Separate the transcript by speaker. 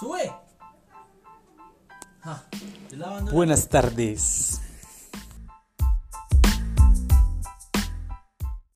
Speaker 1: Sube. Ja, estoy lavando la-
Speaker 2: Buenas tardes.